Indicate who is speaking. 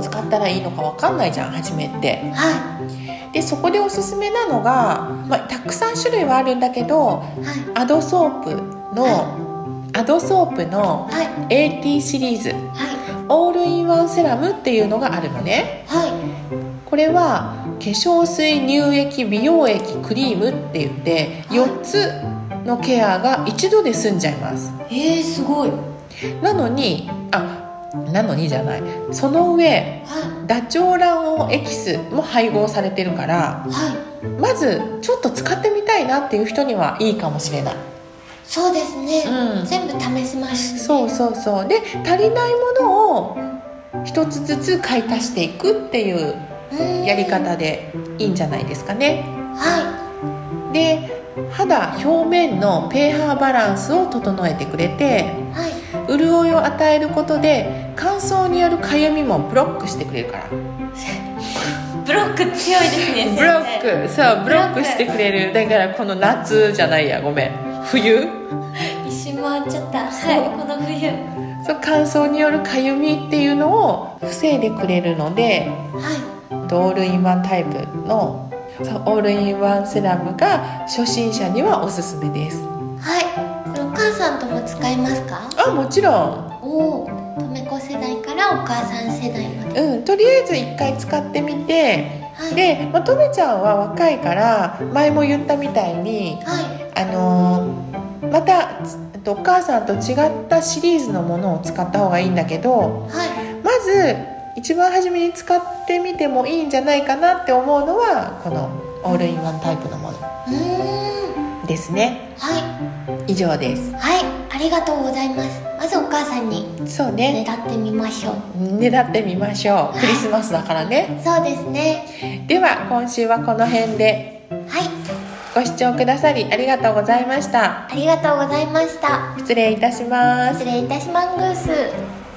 Speaker 1: 使ったらいいのかわかんないじゃん初めって
Speaker 2: は
Speaker 1: でそこでおすすめなのが、まあ、たくさん種類はあるんだけど
Speaker 2: いはい
Speaker 1: アドソープのアドソープの
Speaker 2: はい
Speaker 1: AT シリーズ
Speaker 2: はい
Speaker 1: オールインワンセラムっていうのがあるのね
Speaker 2: はい
Speaker 1: これは化粧水乳液美容液クリームって言って
Speaker 2: はい
Speaker 1: 4つのケアが一度で済んじゃいます
Speaker 2: えー、すごいは
Speaker 1: なのにあなのにじゃないその上ダチョウ卵黄エキスも配合されてるから
Speaker 2: いはい
Speaker 1: まずちょっと使ってみたいなっていう人にはいいかもしれない
Speaker 2: そうですね、
Speaker 1: うん
Speaker 2: 全部試しますね
Speaker 1: そうそうそうで足りないものを一つずつ買い足していくっていう
Speaker 2: うん
Speaker 1: やり方でいいんじゃないですかね
Speaker 2: は
Speaker 1: で肌表面の pH バランスを整えてくれて
Speaker 2: いはい
Speaker 1: 潤いを与えることで乾燥によるかゆみもブロックしてくれるから
Speaker 2: ブロック強いですね
Speaker 1: ブロックそうブロック
Speaker 2: ブロック
Speaker 1: してくれるだからこの夏じゃないやごめん冬
Speaker 2: ク一瞬回っちゃったはいこの冬
Speaker 1: そう乾燥によるかゆみっていうのを防いでくれるので
Speaker 2: は
Speaker 1: オールインワンタイプのそうオールインワンセラムが初心者にはおすすめです
Speaker 2: いはいこれお母さんとも使いますか
Speaker 1: あもちろん
Speaker 2: おおとめこ世代からお母さん世代まで
Speaker 1: うん、とりあえず一回使ってみて
Speaker 2: はい
Speaker 1: で、まあ、とめちゃんは若いから前も言ったみたいに、
Speaker 2: はい
Speaker 1: あのーまたつえっとお母さんと違ったシリーズのものを使った方がいいんだけど
Speaker 2: はい
Speaker 1: まず一番初めに使ってみてもいいんじゃないかなって思うのはこのオールインワンタイプのもの
Speaker 2: うーん
Speaker 1: ですね
Speaker 2: は
Speaker 1: 以上です
Speaker 2: いはいありがとうございますまずお母さんに
Speaker 1: そう
Speaker 2: ね
Speaker 1: ね
Speaker 2: だってみましょう
Speaker 1: ねだってみましょうクリスマスだからね
Speaker 2: そうですね
Speaker 1: では今週はこの辺で
Speaker 2: はい
Speaker 1: ご視聴くださりありがとうございました。
Speaker 2: ありがとうございました
Speaker 1: 失礼いたします
Speaker 2: 失。礼いたします